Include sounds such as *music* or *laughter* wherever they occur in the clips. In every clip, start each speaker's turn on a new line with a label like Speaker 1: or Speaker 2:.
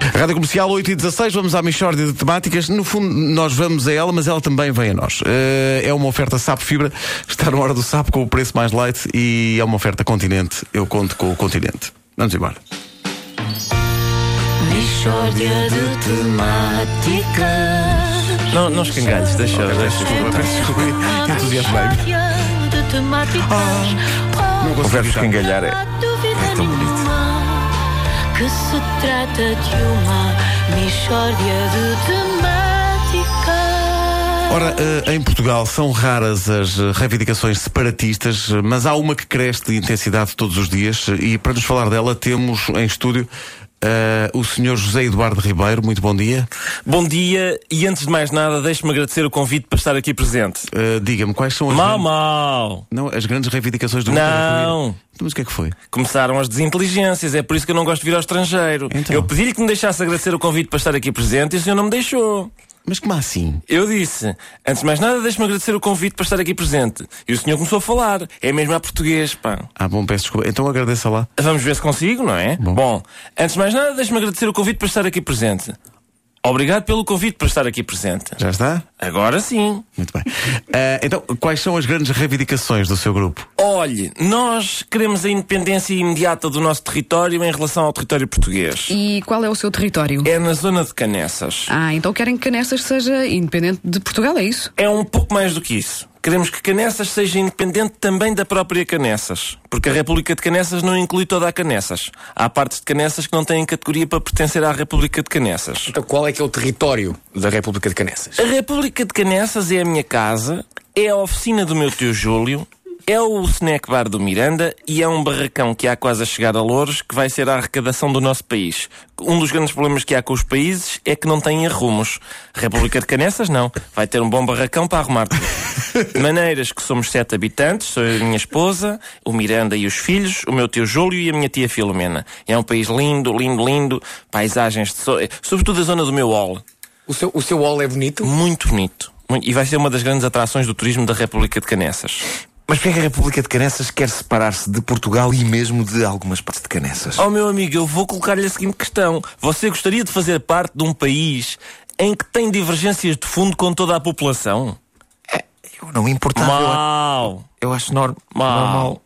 Speaker 1: Rádio Comercial 8 e 16, vamos à Michórdia de Temáticas. No fundo, nós vamos a ela, mas ela também vem a nós. Eh, é uma oferta Sapo Fibra, está na hora do sapo com o preço mais light e é uma oferta Continente. Eu conto com o Continente. Vamos embora.
Speaker 2: Mishória de temáticas.
Speaker 3: Não, não escangalhes, deixa, deixa.
Speaker 1: Entusiasmei-me.
Speaker 2: Mishória de temáticas.
Speaker 1: Não
Speaker 2: Oh,
Speaker 1: consigo
Speaker 3: verbo
Speaker 1: evitar.
Speaker 3: escangalhar é.
Speaker 2: não há dúvida
Speaker 3: tão bonito.
Speaker 2: nenhuma que se trata de uma mishória de temáticas.
Speaker 1: Ora, eh, em Portugal são raras as eh, reivindicações separatistas, eh, mas há uma que cresce de intensidade todos os dias eh, e para nos falar dela temos em estúdio eh, o senhor José Eduardo Ribeiro. Muito bom dia.
Speaker 3: Bom dia e antes de mais nada, deixe-me agradecer o convite para estar aqui presente.
Speaker 1: Eh, Diga-me, quais são as,
Speaker 3: Mal,
Speaker 1: gran-
Speaker 3: mal!
Speaker 1: não, as grandes reivindicações do
Speaker 3: Não.
Speaker 1: Então, Mas o que é que foi?
Speaker 3: Começaram as desinteligências, é por isso que eu não gosto de vir ao estrangeiro.
Speaker 1: Então?
Speaker 3: Eu pedi-lhe que me deixasse agradecer o convite para estar aqui presente e o senhor não me deixou.
Speaker 1: Mas como assim?
Speaker 3: Eu disse, antes de mais nada, deixe-me agradecer o convite para estar aqui presente. E o senhor começou a falar. É mesmo a português, pá.
Speaker 1: Ah, bom, peço desculpa. Então agradeça lá.
Speaker 3: Vamos ver se consigo, não é?
Speaker 1: Bom.
Speaker 3: antes de mais nada, deixe-me agradecer o convite para estar aqui presente. Obrigado pelo convite para estar aqui presente.
Speaker 1: Já está?
Speaker 3: Agora sim.
Speaker 1: Muito *laughs* bem. Eh, então, quais são as grandes reivindicações do seu grupo?
Speaker 3: Olhe, nós queremos a independência imediata do nosso território em relação ao território português.
Speaker 4: E qual é o seu território?
Speaker 3: É na zona de Canessas.
Speaker 4: Ah, então querem que Canessas seja independente de Portugal, é isso?
Speaker 3: É um pouco mais do que isso. Queremos que Canessas seja independente também da própria Canessas. Porque a República de Canessas não inclui toda a Canessas. Há partes de Canessas que não têm categoria para pertencer à República de Canessas.
Speaker 5: Então, qual é que é o território da República de Canessas?
Speaker 3: A República de Canessas é a minha casa, é a oficina do meu tio Júlio, é o snack bar do Miranda e é um barracão que há quase a chegar a Louros que vai ser a arrecadação do nosso país. Um dos grandes problemas que há com os países é que não têm arrumos. A República de Canessas não. Vai ter um bom barracão para arrumar tudo. De maneiras que somos sete habitantes, sou eu e a minha esposa, o Miranda e os filhos, o meu tio Júlio e a minha tia Filomena. É um país lindo, lindo, lindo, paisagens de sol, sobretudo a zona do meu hall.
Speaker 5: O seu, o seu hall é bonito?
Speaker 3: Muito bonito. Muito- E vai ser uma das grandes atrações do turismo da República de Canessas.
Speaker 6: Mas porquê é que a República de Canessas quer separar-se de Portugal e mesmo de algumas partes de Canessas?
Speaker 3: Oh, meu amigo, eu vou colocar-lhe a seguinte questão. Você gostaria de fazer parte de um país em que tem divergências de fundo com toda a população?
Speaker 6: Eu não
Speaker 3: Tá,
Speaker 6: importava. eu a-
Speaker 3: Mal!
Speaker 6: Eu, acho nor- normal.
Speaker 3: Mal!
Speaker 6: O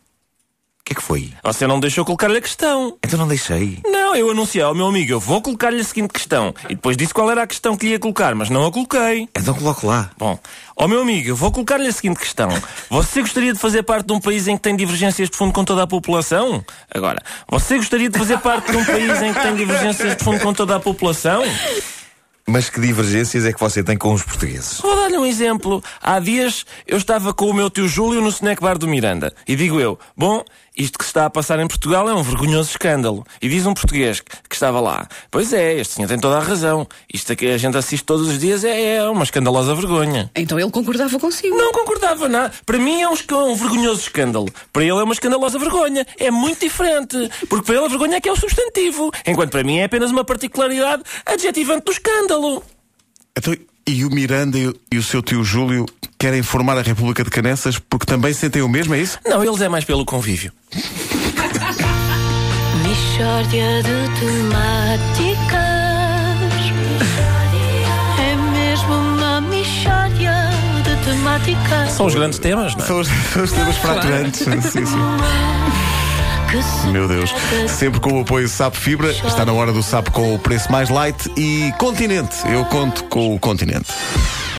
Speaker 6: que é que foi?
Speaker 3: Você não deixou colocar-lhe a questão.
Speaker 6: Então não deixei.
Speaker 3: Não, eu anunciei ao meu amigo, eu vou colocar-lhe a seguinte questão. E depois disse qual era a questão que lhe ia colocar, mas não a coloquei.
Speaker 6: Então coloco lá.
Speaker 3: Bom, ó meu amigo, eu vou colocar-lhe a seguinte questão. Você gostaria de fazer parte de um país em que tem divergências de fundo com toda a população? Agora, você gostaria de fazer parte de um país em que tem divergências de fundo com toda a população?
Speaker 6: Mas que divergências é que você tem com os portugueses?
Speaker 3: Vou dar-lhe um exemplo. Há dias eu estava com o meu tio Júlio no snack bar do Miranda. E digo eu, bom, isto que se está a passar em Portugal é um vergonhoso escândalo. E diz um português que que estava lá. Pois é, este senhor tem toda a razão. Isto a que a gente assiste todos os dias é- é uma escandalosa vergonha.
Speaker 4: Então ele concordava consigo.
Speaker 3: Não concordava nada. Para mim é um, esca- um vergonhoso escândalo. Para ele é uma escandalosa vergonha. É muito diferente. Porque para ele a vergonha é que é o substantivo. Enquanto para mim é apenas uma particularidade adjetivante do escândalo.
Speaker 1: Então, e o Miranda e o, e o seu tio Júlio querem formar a República de Canessas porque também sentem o mesmo, é isso?
Speaker 3: Não, eles é mais pelo convívio.
Speaker 2: Mishória de
Speaker 3: *laughs*
Speaker 2: temáticas. É mesmo uma mishória de temáticas.
Speaker 3: São os grandes temas, não é?
Speaker 1: São os, são os temas fraturantes. Ah. *laughs* Sim, sim.
Speaker 2: Que se
Speaker 1: Meu Deus.
Speaker 2: trata de
Speaker 1: Sempre com o apoio Sapo Fibra. Está na hora do Sapo com o preço mais light e Continente. Eu conto com o Continente.